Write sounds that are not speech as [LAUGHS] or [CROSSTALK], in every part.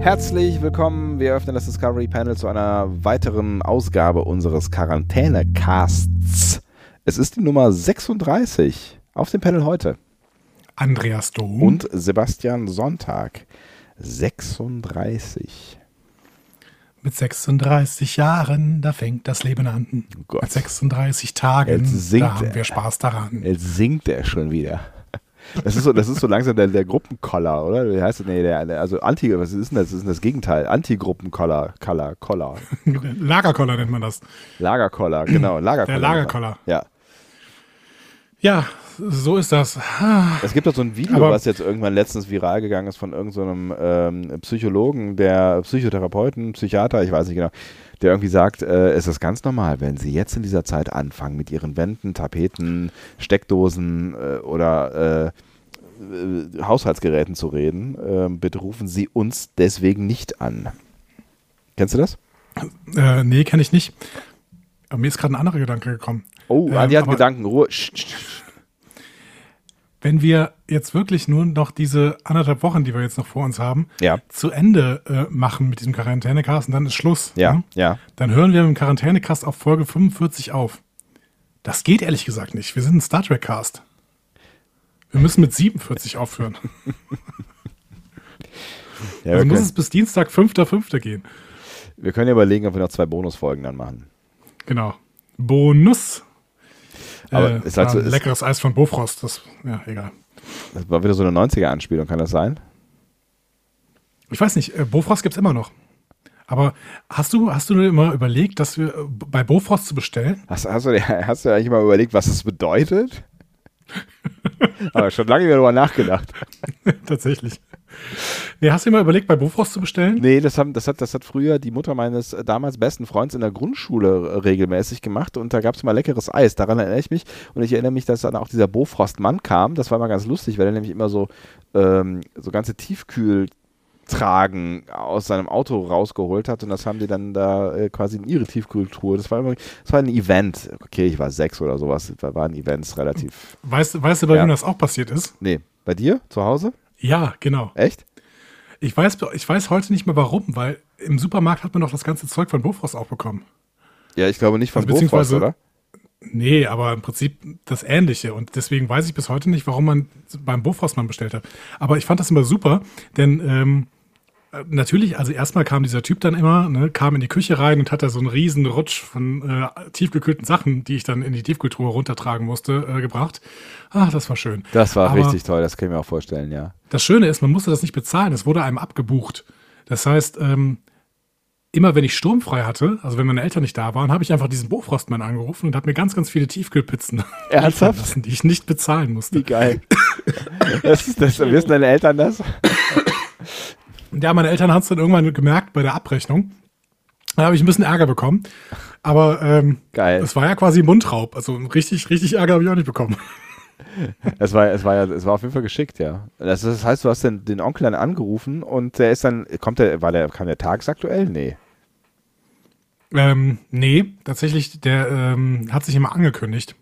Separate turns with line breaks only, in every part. Herzlich willkommen. Wir öffnen das Discovery Panel zu einer weiteren Ausgabe unseres Quarantäne-Casts. Es ist die Nummer 36 auf dem Panel heute.
Andreas Dom.
Und Sebastian Sonntag. 36.
Mit 36 Jahren, da fängt das Leben an.
Oh Gott.
Mit 36 Tagen,
Jetzt singt
da haben
er.
wir Spaß daran.
Jetzt singt er schon wieder. Das ist so, das ist so langsam der, der Gruppenkoller, oder? Wie heißt das? Nee, der, der- also Anti, was ist denn das? Das ist denn das Gegenteil. Anti-Gruppenkoller, Koller, Koller.
[LAUGHS] Lagerkoller nennt man das.
Lagerkoller, genau. Lagerkoller.
Lagerkoller.
Ja.
Ja, so ist das. Ah,
Es gibt doch so ein Video,
Aber-
was jetzt irgendwann letztens viral gegangen ist von irgendeinem so einem, ähm, Psychologen, der Psychotherapeuten, Psychiater, ich weiß nicht genau, der irgendwie sagt, äh, es ist ganz normal, wenn Sie jetzt in dieser Zeit anfangen mit Ihren Wänden, Tapeten, Steckdosen äh, oder äh, äh, Haushaltsgeräten zu reden, äh, bitte rufen Sie uns deswegen nicht an. Kennst du das?
Äh, nee, kenne ich nicht. Aber mir ist gerade ein anderer Gedanke gekommen.
Oh,
Ähm,
ah, die hat
aber-
Gedanken, Ruhe. Sch, sch, sch.
Wenn wir jetzt wirklich nur noch diese anderthalb Wochen, die wir jetzt noch vor uns haben,
Ja.
zu Ende äh, machen mit diesem Quarantänecast und dann ist Schluss.
Ja,
ne?
ja.
Dann hören wir mit dem Quarantänecast auf Folge 45 auf. Das geht ehrlich gesagt nicht. Wir sind ein Star Trek Cast. Wir müssen mit 47 aufhören.
Ja, wir,
Also muss
können,
es bis Dienstag 5.5. gehen.
wir können ja überlegen, ob wir noch zwei Bonusfolgen dann machen.
Genau. Bonus.
Aber ist halt
war
so-
ein
ist-
leckeres Eis von Bofrost. Das, ja, egal.
Das war wieder so eine 90er-Anspielung, kann das sein?
Ich weiß nicht, äh, Bofrost gibt's immer noch. Aber hast du, hast du dir immer überlegt, dass wir äh, bei Bofrost zu bestellen? [LAUGHS]
Hast, hast, du, dir- hast du dir eigentlich mal überlegt, was das bedeutet? Aber schon lange nicht mehr darüber nachgedacht.
Tatsächlich. Nee, hast du dir mal überlegt, bei Bofrost zu bestellen?
Nee, das, haben, das, hat, das hat früher die Mutter meines äh, damals besten Freundes in der Grundschule äh, regelmäßig gemacht und da gab es mal leckeres Eis. Daran erinnere ich mich. Und ich erinnere mich, dass dann auch dieser Bofrostmann kam. Das war immer ganz lustig, weil er nämlich immer so, ähm, so ganze Tiefkühltragen aus seinem Auto rausgeholt hat. Und das haben die dann da äh, quasi in ihre Tiefkühltruhe. Das war, immer, das war ein Event. Okay, ich war sechs oder sowas. Da waren Events relativ.
Weißt, du- weißt du, bei
Ja.
wem das auch passiert ist?
Nee, bei dir zu Hause?
Ja, genau.
Echt?
Ich weiß, ich weiß heute nicht mehr warum, weil im Supermarkt hat man doch das ganze Zeug von Bofrost auch bekommen.
Ja, ich glaube nicht von
Also
Bofrost,
beziehungsweise-
oder?
Nee, aber im Prinzip das Ähnliche. Und deswegen weiß ich bis heute nicht, warum man beim Bofrostmann bestellt hat. Aber ich fand das immer super, denn ähm, äh, natürlich, also erstmal kam dieser Typ dann immer, ne, kam in die Küche rein und hat da so einen riesen Rutsch von äh, tiefgekühlten Sachen, die ich dann in die Tiefkühltruhe runtertragen musste, äh, gebracht. Ach, das war schön.
Das war
aber
richtig toll, das kann ich mir auch vorstellen, ja.
Das Schöne ist, man musste das nicht bezahlen, es wurde einem abgebucht. Das heißt, ähm, immer wenn ich sturmfrei hatte, also wenn meine Eltern nicht da waren, habe ich einfach diesen Bofrostmann angerufen und habe mir ganz, ganz viele Tiefkühlpizzen
[LAUGHS] Ernsthaft?
liefern lassen, die ich nicht bezahlen musste.
Wie geil. Das, ist- das, wissen deine Eltern das?
Ja, meine Eltern haben es dann irgendwann gemerkt bei der Abrechnung. Da habe ich ein bisschen Ärger bekommen. Aber ähm,
Geil.
es war ja quasi Mundraub. Also richtig, richtig Ärger habe ich auch nicht bekommen.
Es war, es war ja, es war auf jeden Fall geschickt, ja. Das, das heißt, du hast den, den Onkel dann angerufen und der ist dann, kommt der, war der, kam der tagsaktuell? Nee.
Ähm, nee, tatsächlich, der ähm, hat sich immer angekündigt.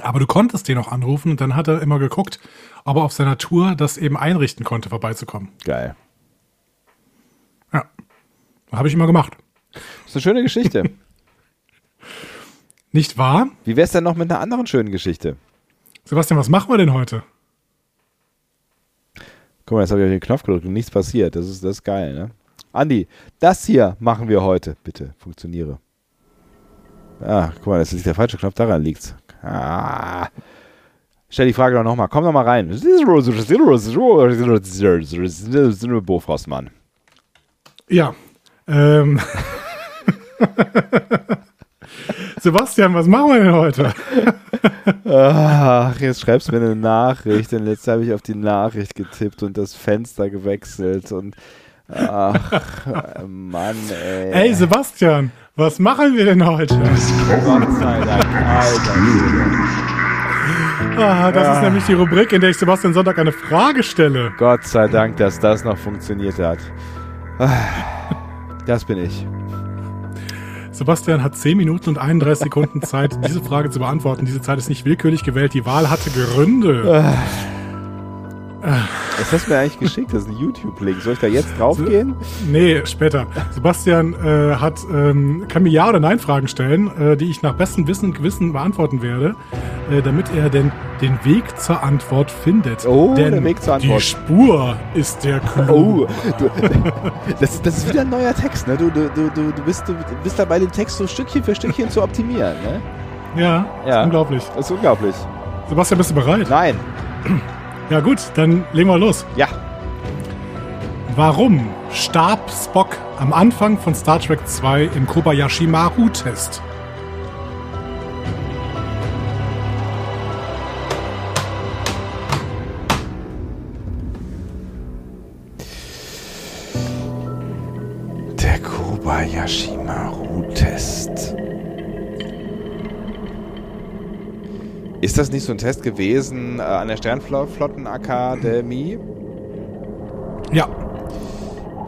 Aber du konntest den auch anrufen und dann hat er immer geguckt, ob er auf seiner Tour das eben einrichten konnte, vorbeizukommen.
Geil.
Ja. Habe ich immer gemacht.
Das ist eine schöne Geschichte.
Nicht wahr?
Wie wär's denn noch mit einer anderen schönen Geschichte?
Sebastian, was machen wir denn heute?
Guck mal, jetzt habe ich auf den Knopf gedrückt und nichts passiert. Das ist, das ist geil, ne? Andi, das hier machen wir heute. Bitte, funktioniere. Ah, guck mal, das ist der falsche Knopf, daran liegt's. Ah. Stell die Frage doch nochmal. Komm doch mal rein. Bofrostmann.
Ja. Ähm. Sebastian, was machen wir denn heute?
Ach, jetzt schreibst du mir eine Nachricht. Denn letzte habe ich auf die Nachricht getippt und das Fenster gewechselt. Und ach, äh, Mann, ey.
Ey, Sebastian, was machen wir denn heute?
Gott sei Dank, Alter.
Ah, das ist nämlich die Rubrik, in der ich Sebastian Sonntag eine Frage stelle.
Gott sei Dank, dass das noch funktioniert hat. Ah, Das bin ich.
Sebastian hat 10 Minuten und 31 Sekunden Zeit, diese Frage zu beantworten. Diese Zeit ist nicht willkürlich gewählt. Die Wahl hatte Gründe.
Was hast du mir eigentlich geschickt? Das ist ein YouTube-Link. Soll ich da jetzt draufgehen?
Nee, später. Sebastian äh, hat, ähm, kann mir Ja- oder Nein-Fragen stellen, äh, die ich nach bestem Wissen und Gewissen beantworten werde, äh, damit er denn den Weg zur Antwort findet.
Oh,
denn
der Weg zur
die
Antwort.
Spur ist der Clou.
Oh, du, das, ist- das ist wieder ein neuer Text, ne? Du, du, du, du, du, bist, du bist dabei, den Text so Stückchen für Stückchen zu optimieren, ne?
Ja,
Ja.
Ist unglaublich.
Das ist unglaublich.
Sebastian, bist du bereit?
Nein.
Ja gut, dann legen wir los.
Ja.
Warum starb Spock am Anfang von Star Trek 2 im Kobayashi Maru-Test?
Der Kobayashi Maru-Test. Ist das nicht so ein Test gewesen äh, an der Sternflottenakademie?
Ja,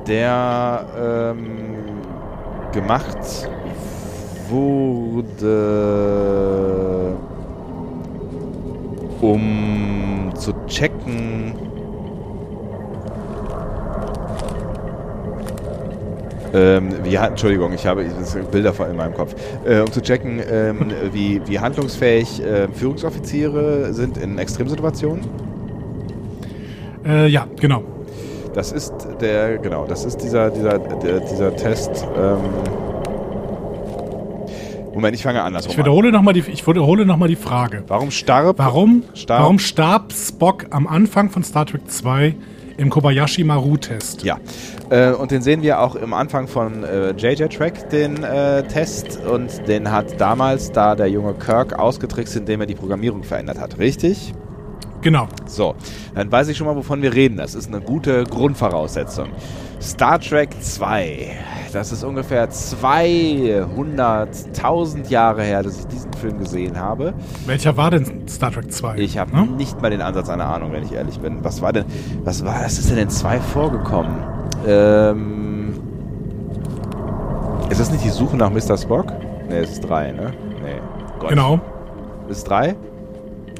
der ähm, gemacht wurde, um zu checken, ähm, wie, han- Entschuldigung, ich habe das sind Bilder vor- in meinem Kopf, äh, um zu checken, ähm, wie, wie handlungsfähig äh, Führungsoffiziere sind in Extremsituationen.
äh, ja, genau.
Das ist der, genau, das ist dieser, dieser, der, dieser Test. Ähm Moment, ich fange andersrum
Ich
an. also
wiederhole nochmal die, ich wiederhole noch mal die Frage.
Warum starb?
Warum,
Starb.
warum starb Spock am Anfang von Star Trek 2 im Kobayashi Maru-Test?
Ja. Äh, und den sehen wir auch im Anfang von äh, JJ Track, den äh, Test. Und den hat damals da der junge Kirk ausgetrickst, indem er die Programmierung verändert hat. Richtig?
Genau.
So, dann weiß ich schon mal, wovon wir reden. Das ist eine gute Grundvoraussetzung. Star Trek 2. Das ist ungefähr 200.000 Jahre her, dass ich diesen Film gesehen habe.
Welcher war denn Star Trek 2?
Ich habe
Ne?
nicht mal den Ansatz einer Ahnung, wenn ich ehrlich bin. Was war denn, was war, was ist denn in 2 vorgekommen? Ähm, ist das nicht die Suche nach Mr. Spock? Nee, es ist 3, ne? Nee. Gott.
Genau.
Ist 3?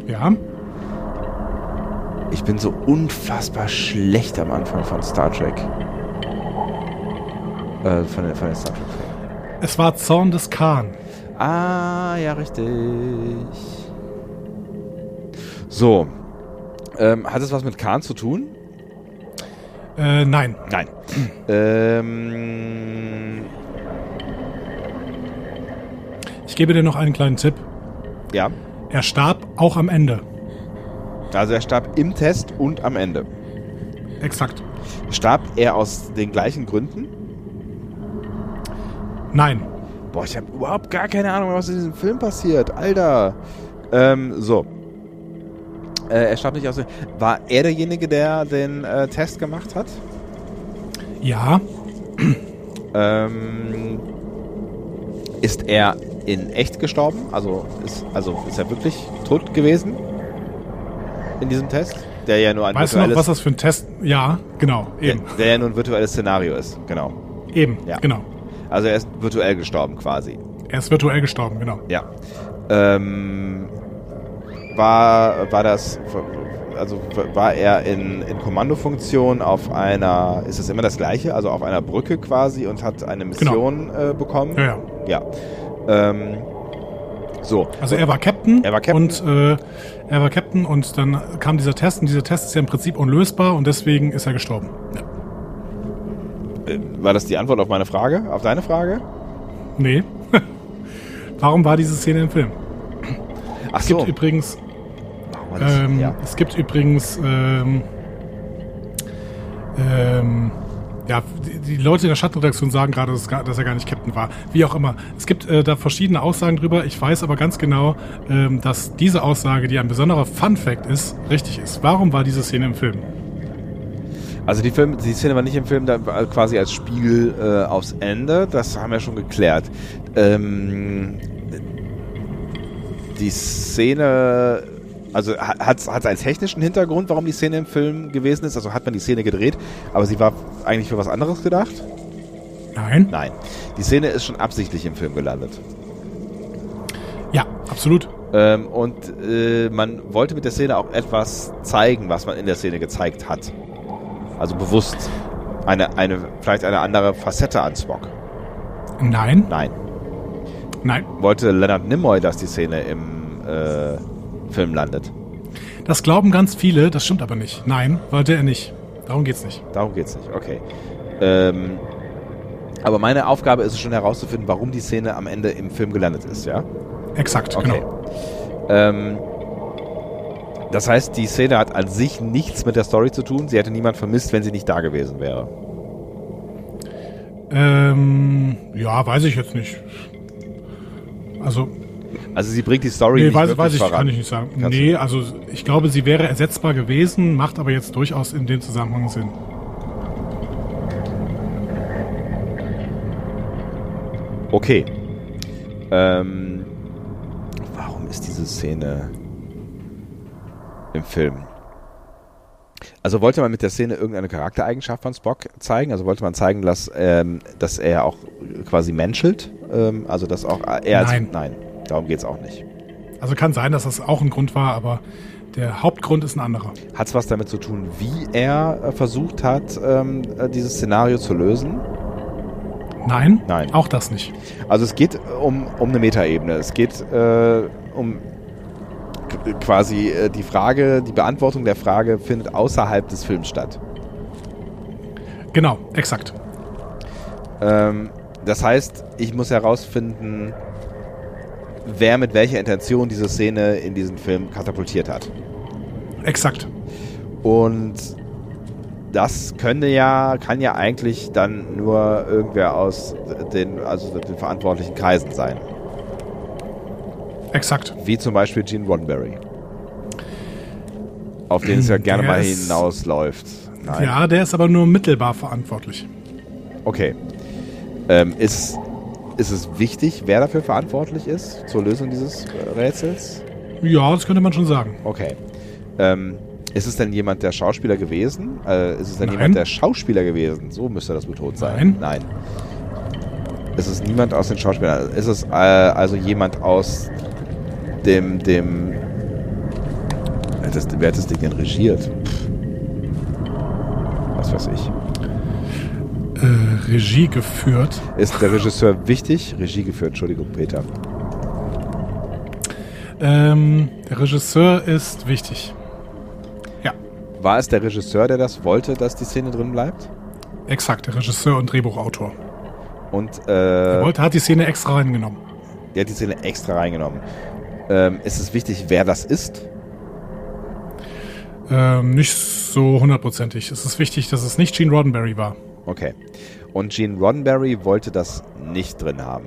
Ja.
Ich bin so unfassbar schlecht am Anfang von Star Trek. Äh, von, der- von der Star Trek.
Es war Zorn des Khan.
Ah, ja, richtig. So. Ähm, hat es was mit Khan zu tun?
Äh, nein.
Nein. ähm,
Ich gebe dir noch einen kleinen Tipp.
ja.
Er starb auch am Ende.
Also er starb im Test und am Ende.
Exakt.
Starb er aus den gleichen Gründen?
Nein.
Boah, ich habe überhaupt gar keine Ahnung, was in diesem Film passiert. Alter. Ähm, so. Äh, er starb nicht aus. War er derjenige, der den äh, Test gemacht hat?
Ja.
Ähm, ist er in echt gestorben? Also ist, also ist er wirklich tot gewesen? In diesem Test? Der ja nur ein
Weißt du noch,
virtuelles,
was das für ein Test? Ja, genau.
der,
Eben.
der ja nur ein virtuelles Szenario ist. Genau.
Eben.
Ja.
Genau.
Also er ist virtuell gestorben quasi.
Er ist virtuell gestorben, genau.
Ja. Ähm, war, war das, also war er in, in Kommandofunktion auf einer, ist das immer das gleiche, also auf einer Brücke quasi und hat eine Mission äh, bekommen?
Genau. Ja, ja.
Ja. Ähm, so.
Also er war Captain.
Er war Captain.
Und äh, er war Captain und dann kam dieser Test und dieser Test ist ja im Prinzip unlösbar und deswegen ist er gestorben.
Äh, War das die Antwort auf meine Frage? Auf deine Frage?
Nee. [LAUGHS] Warum war diese Szene im Film?
Ach
Es gibt
so.
übrigens,
Warum war das-
ähm,
ja.
es gibt übrigens ähm, ähm, ja, die, die Leute in der Schattenredaktion sagen gerade, dass, gar- dass er gar nicht Captain war. Wie auch immer. Es gibt äh, da verschiedene Aussagen drüber. Ich weiß aber ganz genau, ähm, dass diese Aussage, die ein besonderer Fun-Fact ist, richtig ist. Warum war diese Szene im Film?
Also die, Film, die Szene war nicht im Film, da war quasi als Spiegel äh, aufs Ende. Das haben wir schon geklärt. Ähm, die Szene, also hat es einen technischen Hintergrund, warum die Szene im Film gewesen ist? Also hat man die Szene gedreht, aber sie war eigentlich für was anderes gedacht?
Nein.
Nein. Die Szene ist schon absichtlich im Film gelandet.
Ja, absolut.
Ähm, und äh, man wollte mit der Szene auch etwas zeigen, was man in der Szene gezeigt hat. Also bewusst. Eine, eine, vielleicht eine andere Facette an Spock.
Nein.
Nein.
Nein.
Wollte Leonard Nimoy, dass die Szene im äh, Film landet.
Das glauben ganz viele, das stimmt aber nicht. Nein, wollte er nicht. Darum geht's nicht.
Darum geht's nicht. Okay. Ähm, aber meine Aufgabe ist es schon herauszufinden, warum die Szene am Ende im Film gelandet ist, ja?
Exakt,
Okay.
genau.
Ähm, das heißt, die Szene hat an sich nichts mit der Story zu tun. Sie hätte niemand vermisst, wenn sie nicht da gewesen wäre.
Ähm, ja, weiß ich jetzt nicht. Also,
Also sie bringt die Story
nee,
nicht
weiß,
wirklich
weiß ich,
voran.
kann ich nicht sagen.
Kannst
nee, also ich glaube, sie wäre ersetzbar gewesen, macht aber jetzt durchaus in dem Zusammenhang Sinn.
Okay. Ähm, warum ist diese Szene im Film? Also wollte man mit der Szene irgendeine Charaktereigenschaft von Spock zeigen? Also wollte man zeigen, dass, ähm, dass er auch quasi menschelt? Ähm, also dass auch er
Nein.
Als, nein, darum geht's auch nicht.
Also kann sein, dass das auch ein Grund war, aber der Hauptgrund ist ein anderer.
Hat's was damit zu tun, wie er äh, versucht hat, ähm, äh, dieses Szenario zu lösen?
Nein?
Nein.
Auch das nicht.
Also es geht um, um eine Metaebene. Es geht äh, um k- quasi äh, die Frage, die Beantwortung der Frage findet außerhalb des Films statt.
Genau, exakt.
Ähm, das heißt, ich muss herausfinden, wer mit welcher Intention diese Szene in diesen Film katapultiert hat.
Exakt.
Und das könnte ja, kann ja eigentlich dann nur irgendwer aus den, also den verantwortlichen Kreisen sein.
Exakt.
Wie zum Beispiel Gene Roddenberry. Auf den es ja gerne
Mm, Der
mal
ist-
hinausläuft. Nein.
Ja, der ist aber nur mittelbar verantwortlich.
Okay. Ähm, ist, ist es wichtig, wer dafür verantwortlich ist zur Lösung dieses äh, Rätsels?
Ja, das könnte man schon sagen.
Okay. Ähm, ist es denn jemand der Schauspieler gewesen? Äh, ist es denn
Nein.
jemand der Schauspieler gewesen? So müsste das betont sein. Nein. Es ist niemand aus den Schauspielern. Ist es äh, also jemand aus dem, dem. Wer hat das, wer hat das Ding denn regiert? Pff. Was weiß ich.
Äh, Regie geführt.
Ist der Regisseur wichtig? Regie geführt, Entschuldigung, Peter.
Ähm, der Regisseur ist wichtig. Ja,
War es der Regisseur, der das wollte, dass die Szene drin bleibt?
exakt. Der Regisseur und Drehbuchautor.
Und äh,
Wollte hat die Szene extra reingenommen.
Der hat die Szene extra reingenommen. Ähm, ist es wichtig, wer das ist?
Ähm, nicht so hundertprozentig. Es ist wichtig, dass es nicht Gene Roddenberry war.
Okay. Und Gene Roddenberry wollte das nicht drin haben.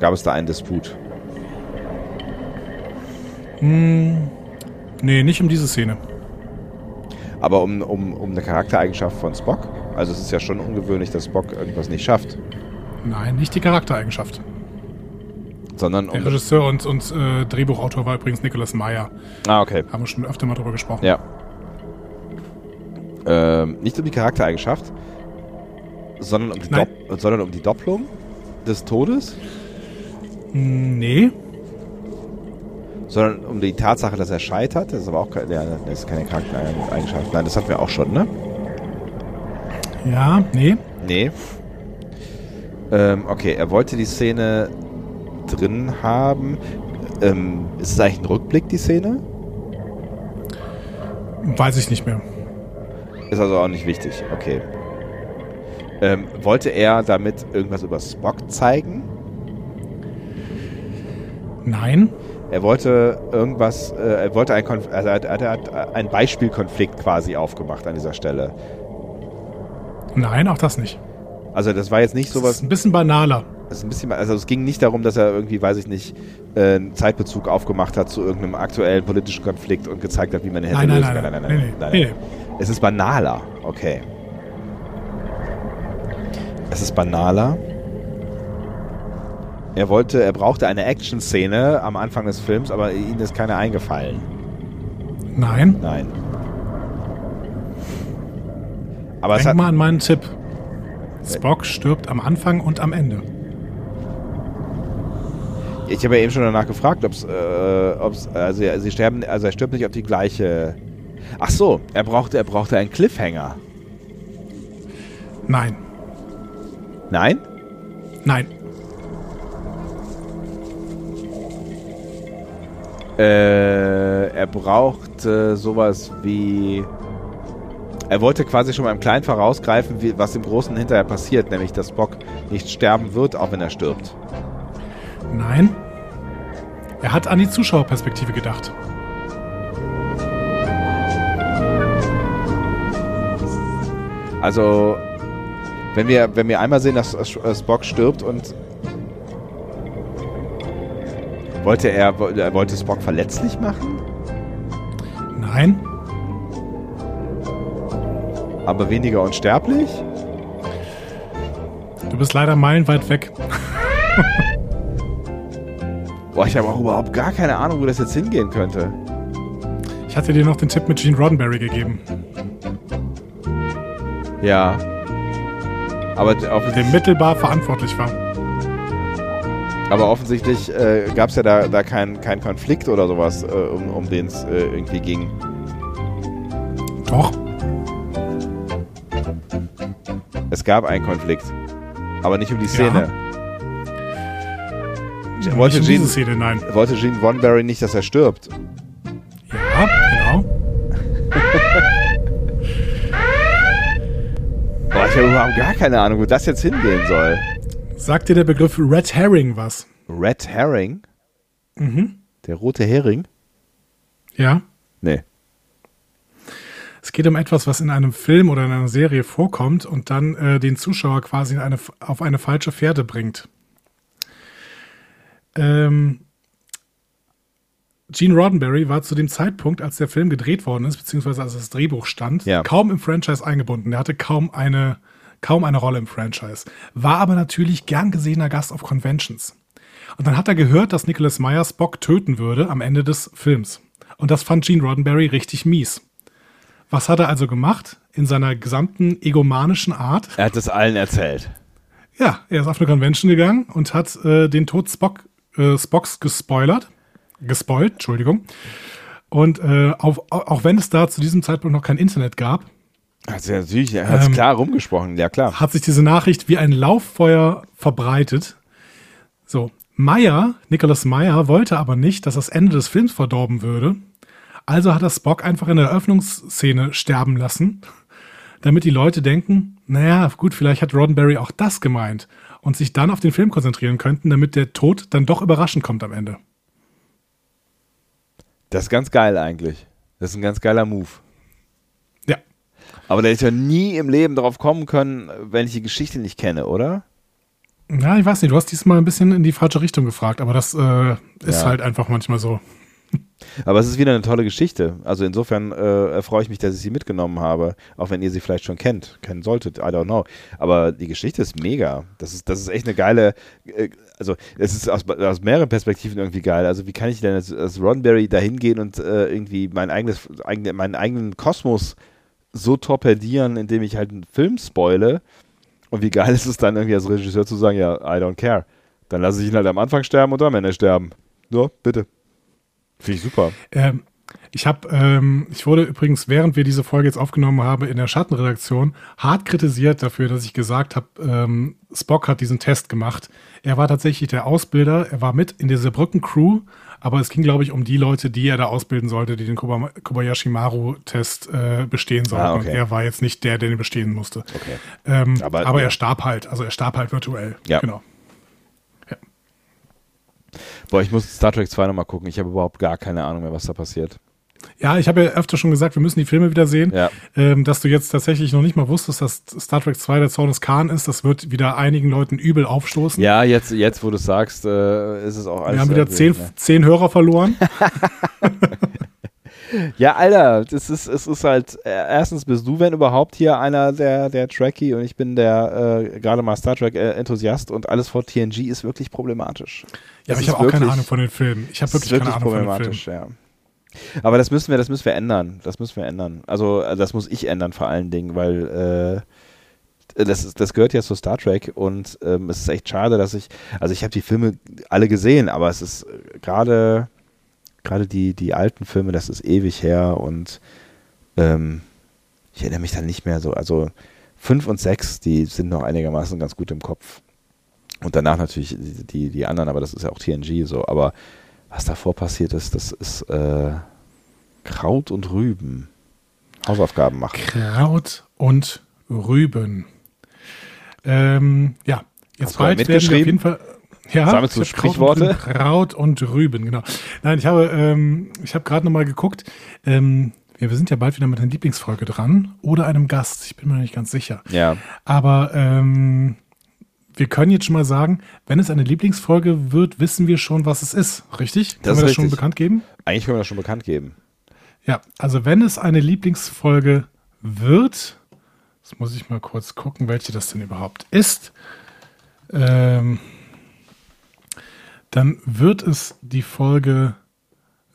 Gab es da einen Disput?
Nee, nicht um diese Szene.
Aber um, um, um eine Charaktereigenschaft von Spock? Also es ist ja schon ungewöhnlich, dass Spock irgendwas nicht schafft,
Nein, nicht die Charaktereigenschaft.
sondern
Der
um...
Regisseur und, und äh, Drehbuchautor war übrigens Nicholas Meyer.
Ah, okay.
Haben wir schon öfter mal drüber gesprochen.
Ja. Ähm, nicht um die Charaktereigenschaft, sondern um die,
Nein.
Dop sondern um die Doppelung des Todes,
Hm, Nee,
sondern um die Tatsache, dass er scheitert. Das ist aber auch keine, ja, das ist keine Charaktereigenschaft. Nein, das hatten wir auch schon, ne?
ja, nee.
Nee. Ähm, okay, er wollte die Szene drin haben. Ähm, ist es eigentlich ein Rückblick, die Szene?
Weiß ich nicht mehr.
Ist also auch nicht wichtig, okay. Ähm, wollte er damit irgendwas über Spock zeigen?
Nein,
Er wollte irgendwas, äh, er wollte ein, Konf also er, hat- er hat ein Beispielkonflikt quasi aufgemacht an dieser Stelle.
Nein, auch das nicht.
Also das war jetzt nicht
Das ist
sowas,
ein bisschen banaler.
das ist ein bisschen, also es ging nicht darum, dass er irgendwie, weiß ich nicht, äh, einen Zeitbezug aufgemacht hat zu irgendeinem aktuellen politischen Konflikt und gezeigt hat, wie man ihn hätte
Nein, nein,
lösen
nein,
können.
nein, nein, nee,
Es ist banaler, okay. Es ist banaler. Er wollte, er brauchte eine Action-Szene am Anfang des Films, aber ihnen ist keine eingefallen.
Nein.
Nein. Aber es
Denk
hat,
mal an meinen Tipp. Spock stirbt am Anfang und am Ende.
ich habe ja eben schon danach gefragt, ob es, äh, ob's, also ja, sie sterben, also er stirbt nicht auf die gleiche. Ach so, er brauchte, er brauchte einen Cliffhanger.
Nein.
Nein?
Nein.
Äh, er brauchte sowas wie. Er wollte quasi schon beim Kleinen vorausgreifen, wie, was im Großen hinterher passiert, nämlich dass Spock nicht sterben wird, auch wenn er stirbt.
Nein. Er hat an die Zuschauerperspektive gedacht.
Also, wenn wir, wenn wir einmal sehen, dass äh, Spock stirbt und. Wollte er, er wollte Spock verletzlich machen,
Nein.
aber weniger unsterblich?
Du bist leider meilenweit weg.
Boah, ich habe auch überhaupt gar keine Ahnung, wo das jetzt hingehen könnte.
Ich hatte dir noch den Tipp mit Gene Roddenberry gegeben.
Ja. Aber auf
Der mittelbar verantwortlich war.
Aber offensichtlich äh, gab es ja da, da keinen kein Konflikt oder sowas, äh, um, um den es äh, irgendwie ging.
Doch.
Es gab einen Konflikt. Aber nicht um die Szene.
Nicht
Wollte
in
Gene,
diese Szene, nein.
wollte Gene Roddenberry nicht, dass er stirbt.
Ja, genau.
Boah, ich habe überhaupt gar keine Ahnung, wo das jetzt hingehen soll.
Sagt dir der Begriff Red Herring was?
Red Herring? Mhm. Der rote Hering?
Ja.
Nee.
Es geht um etwas, was in einem Film oder in einer Serie vorkommt und dann äh, den Zuschauer quasi in eine, auf eine falsche Pferde bringt. Ähm, Gene Roddenberry war zu dem Zeitpunkt, als der Film gedreht worden ist, beziehungsweise als das Drehbuch stand,
Ja.
kaum im Franchise eingebunden. Er hatte kaum eine, kaum eine Rolle im Franchise. War aber natürlich gern gesehener Gast auf Conventions. Und dann hat er gehört, dass Nicholas Meyer Spock töten würde am Ende des Films. Und das fand Gene Roddenberry richtig mies. Was hat er also gemacht? In seiner gesamten egomanischen Art.
Er hat es allen erzählt.
Ja, er ist auf eine Convention gegangen und hat äh, den Tod Spock, äh, Spocks gespoilert. Gespoilt, Entschuldigung. Und äh, auf, au- auch wenn es da zu diesem Zeitpunkt noch kein Internet gab,
Er hat es ja natürlich er hat's
Ähm.
klar rumgesprochen, ja klar.
hat sich diese Nachricht wie ein Lauffeuer verbreitet. So, Meyer, Nicholas Meyer, wollte aber nicht, dass das Ende des Films verdorben würde. Also hat er Spock einfach in der Eröffnungsszene sterben lassen, damit die Leute denken, naja, gut, vielleicht hat Roddenberry auch das gemeint und sich dann auf den Film konzentrieren könnten, damit der Tod dann doch überraschend kommt am Ende.
Das ist ganz geil eigentlich. Das ist ein ganz geiler Move.
Ja,
Aber da hätte ich ja nie im Leben darauf kommen können, wenn ich die Geschichte nicht kenne, oder?
ja ich weiß nicht, du hast diesmal ein bisschen in die falsche Richtung gefragt, aber das äh, ist
Ja.
halt einfach manchmal so.
Aber es ist wieder eine tolle Geschichte. Also insofern äh, erfreue ich mich, dass ich sie mitgenommen habe, auch wenn ihr sie vielleicht schon kennt, kennen solltet. I don't know. Aber die Geschichte ist mega. Das ist, das ist echt eine geile. Äh, also es ist aus, aus mehreren Perspektiven irgendwie geil. Also wie kann ich denn als, als Roddenberry da hingehen und äh, irgendwie mein eigenes, eigene, meinen eigenen Kosmos so torpedieren, indem ich halt einen Film spoile? Und wie geil [LAUGHS] ist es dann irgendwie als Regisseur zu sagen, ja, I don't care. Dann lasse ich ihn halt am Anfang sterben und am Ende sterben. So, bitte. Finde ich super.
Ähm, ich habe, ähm, ich wurde übrigens, während wir diese Folge jetzt aufgenommen haben, in der Schattenredaktion hart kritisiert dafür, dass ich gesagt habe, ähm, Spock hat diesen Test gemacht. Er war tatsächlich der Ausbilder, er war mit in dieser Brückencrew, aber es ging, glaube ich, um die Leute, die er da ausbilden sollte, die den Koba Kobayashi Maru-Test äh, bestehen sollten.
Ah, okay.
Und er war jetzt nicht der, der den bestehen musste.
Okay.
Ähm,
Aber-
aber, er starb halt, also er starb halt virtuell.
Ja.
Genau.
Boah, ich muss Star Trek 2 nochmal gucken. Ich habe überhaupt gar keine Ahnung mehr, was da passiert.
Ja, ich habe ja öfter schon gesagt, wir müssen die Filme wieder sehen.
Ja.
Ähm, dass du jetzt tatsächlich noch nicht mal wusstest, dass Star Trek 2 der Zorn des Khan ist, das wird wieder einigen Leuten übel aufstoßen.
Ja, jetzt, jetzt wo du es sagst, äh, ist es auch alles.
wir haben wieder
irgendwie,
zehn,
ne?
zehn
[LAUGHS]
Hörer verloren.
Ja, Alter, das ist, es ist halt, äh, erstens bist du, wenn überhaupt, hier einer der, der Trekkie und ich bin der äh, gerade mal Star Trek-Enthusiast und alles vor TNG ist wirklich problematisch.
ja,
Es
aber
ist
ich habe auch keine
wirklich-
Ahnung von den Filmen. Ich habe
Das ist
wirklich,
wirklich
keine Ahnung von den Filmen.
problematisch, ja. Aber das müssen wir, das müssen wir ändern. Das müssen wir ändern. Also äh, das muss ich ändern vor allen Dingen, weil äh, das, ist, das gehört ja zu Star Trek und ähm, es ist echt schade, dass ich, also ich habe die Filme alle gesehen, aber es ist äh, gerade gerade die, die alten Filme, das ist ewig her und ähm, ich erinnere mich dann nicht mehr so. Also fünf und sechs, die sind noch einigermaßen ganz gut im Kopf. Und danach natürlich die, die, die anderen, aber das ist ja auch TNG so. Aber was davor passiert ist, das ist äh, Kraut und Rüben. Hausaufgaben machen.
Kraut und Rüben. Ähm, ja, jetzt
Hast du
bald
mal
werden wir auf
mitgeschrieben?
jeden Fall. Ja,
Sammelst du
ich hab Kraut
Sprichworte?
und Rüben, Kraut und Rüben, genau. Nein, ich habe, ähm, ich habe gerade nochmal geguckt. Ähm, ja, wir sind ja bald wieder mit einer Lieblingsfolge dran oder einem Gast. Ich bin mir noch nicht ganz sicher.
Ja.
Aber ähm, wir können jetzt schon mal sagen, wenn es eine Lieblingsfolge wird, wissen wir schon, was es ist. Richtig? Können
ist
wir das
richtig.
schon bekannt geben?
Eigentlich können wir das schon bekannt geben.
Ja, also wenn es eine Lieblingsfolge wird, jetzt muss ich mal kurz gucken, welche das denn überhaupt ist, ähm, dann wird es die Folge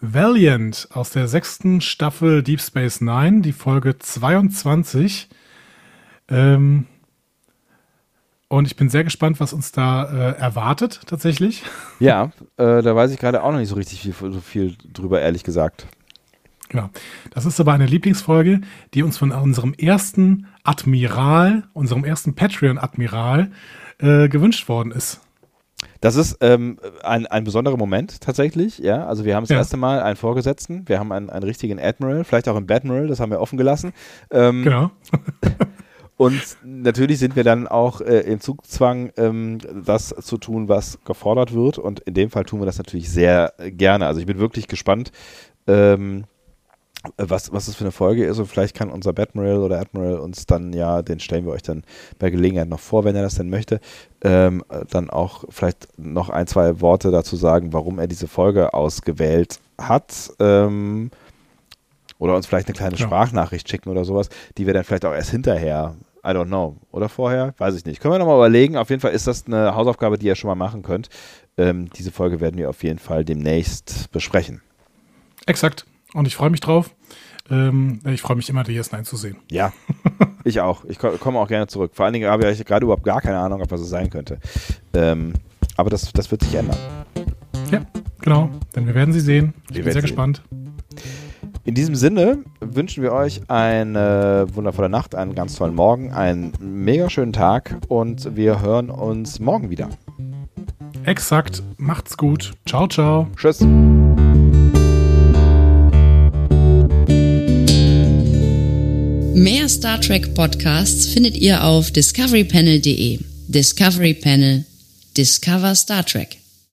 Valiant aus der sechsten Staffel Deep Space Nine, die Folge 22. Ähm, und ich bin sehr gespannt, was uns da äh, erwartet tatsächlich.
Ja, äh, da weiß ich gerade auch noch nicht so richtig viel, so viel drüber, ehrlich gesagt.
Genau. Das ist aber eine Lieblingsfolge, die uns von unserem ersten Admiral, unserem ersten Patreon-Admiral, äh, gewünscht worden ist.
Das ist ähm, ein, ein besonderer Moment tatsächlich, ja. Also wir haben das
Ja.
erste Mal einen Vorgesetzten, wir haben einen, einen richtigen Admiral, vielleicht auch einen Badmiral, das haben wir offen gelassen. Ähm,
Genau.
Und natürlich sind wir dann auch äh, im Zugzwang, ähm, das zu tun, was gefordert wird. Und in dem Fall tun wir das natürlich sehr äh, gerne. Also ich bin wirklich gespannt, ähm, was, was das für eine Folge ist. Und vielleicht kann unser Batmiral oder Admiral uns dann ja, den stellen wir euch dann bei Gelegenheit noch vor, wenn er das denn möchte, ähm, äh, dann auch vielleicht noch ein, zwei Worte dazu sagen, warum er diese Folge ausgewählt hat. Ähm, oder uns vielleicht eine kleine
Ja.
Sprachnachricht schicken oder sowas, die wir dann vielleicht auch erst hinterher, I don't know, oder vorher, weiß ich nicht. Können wir nochmal überlegen. Auf jeden Fall ist das eine Hausaufgabe, die ihr schon mal machen könnt. Ähm, diese Folge werden wir auf jeden Fall demnächst besprechen.
Exakt. Und ich freue mich drauf. Ähm, ich freue mich immer, die DS9 zu sehen.
Ja, [LAUGHS] ich auch. Ich ko- komme auch gerne zurück. Vor allen Dingen habe ich gerade überhaupt gar keine Ahnung, ob was es sein könnte. Ähm, aber das, das wird sich ändern.
Ja, genau. Denn wir werden sie sehen. Ich
Wir
bin
werden
sehr
sie-
gespannt.
In diesem Sinne wünschen wir euch eine wundervolle Nacht, einen ganz tollen Morgen, einen mega schönen Tag und wir hören uns morgen wieder.
Exakt. Macht's gut. Ciao, ciao.
Tschüss.
Mehr Star Trek Podcasts findet ihr auf discoverypanel.de. Discovery Panel. Discover Star Trek.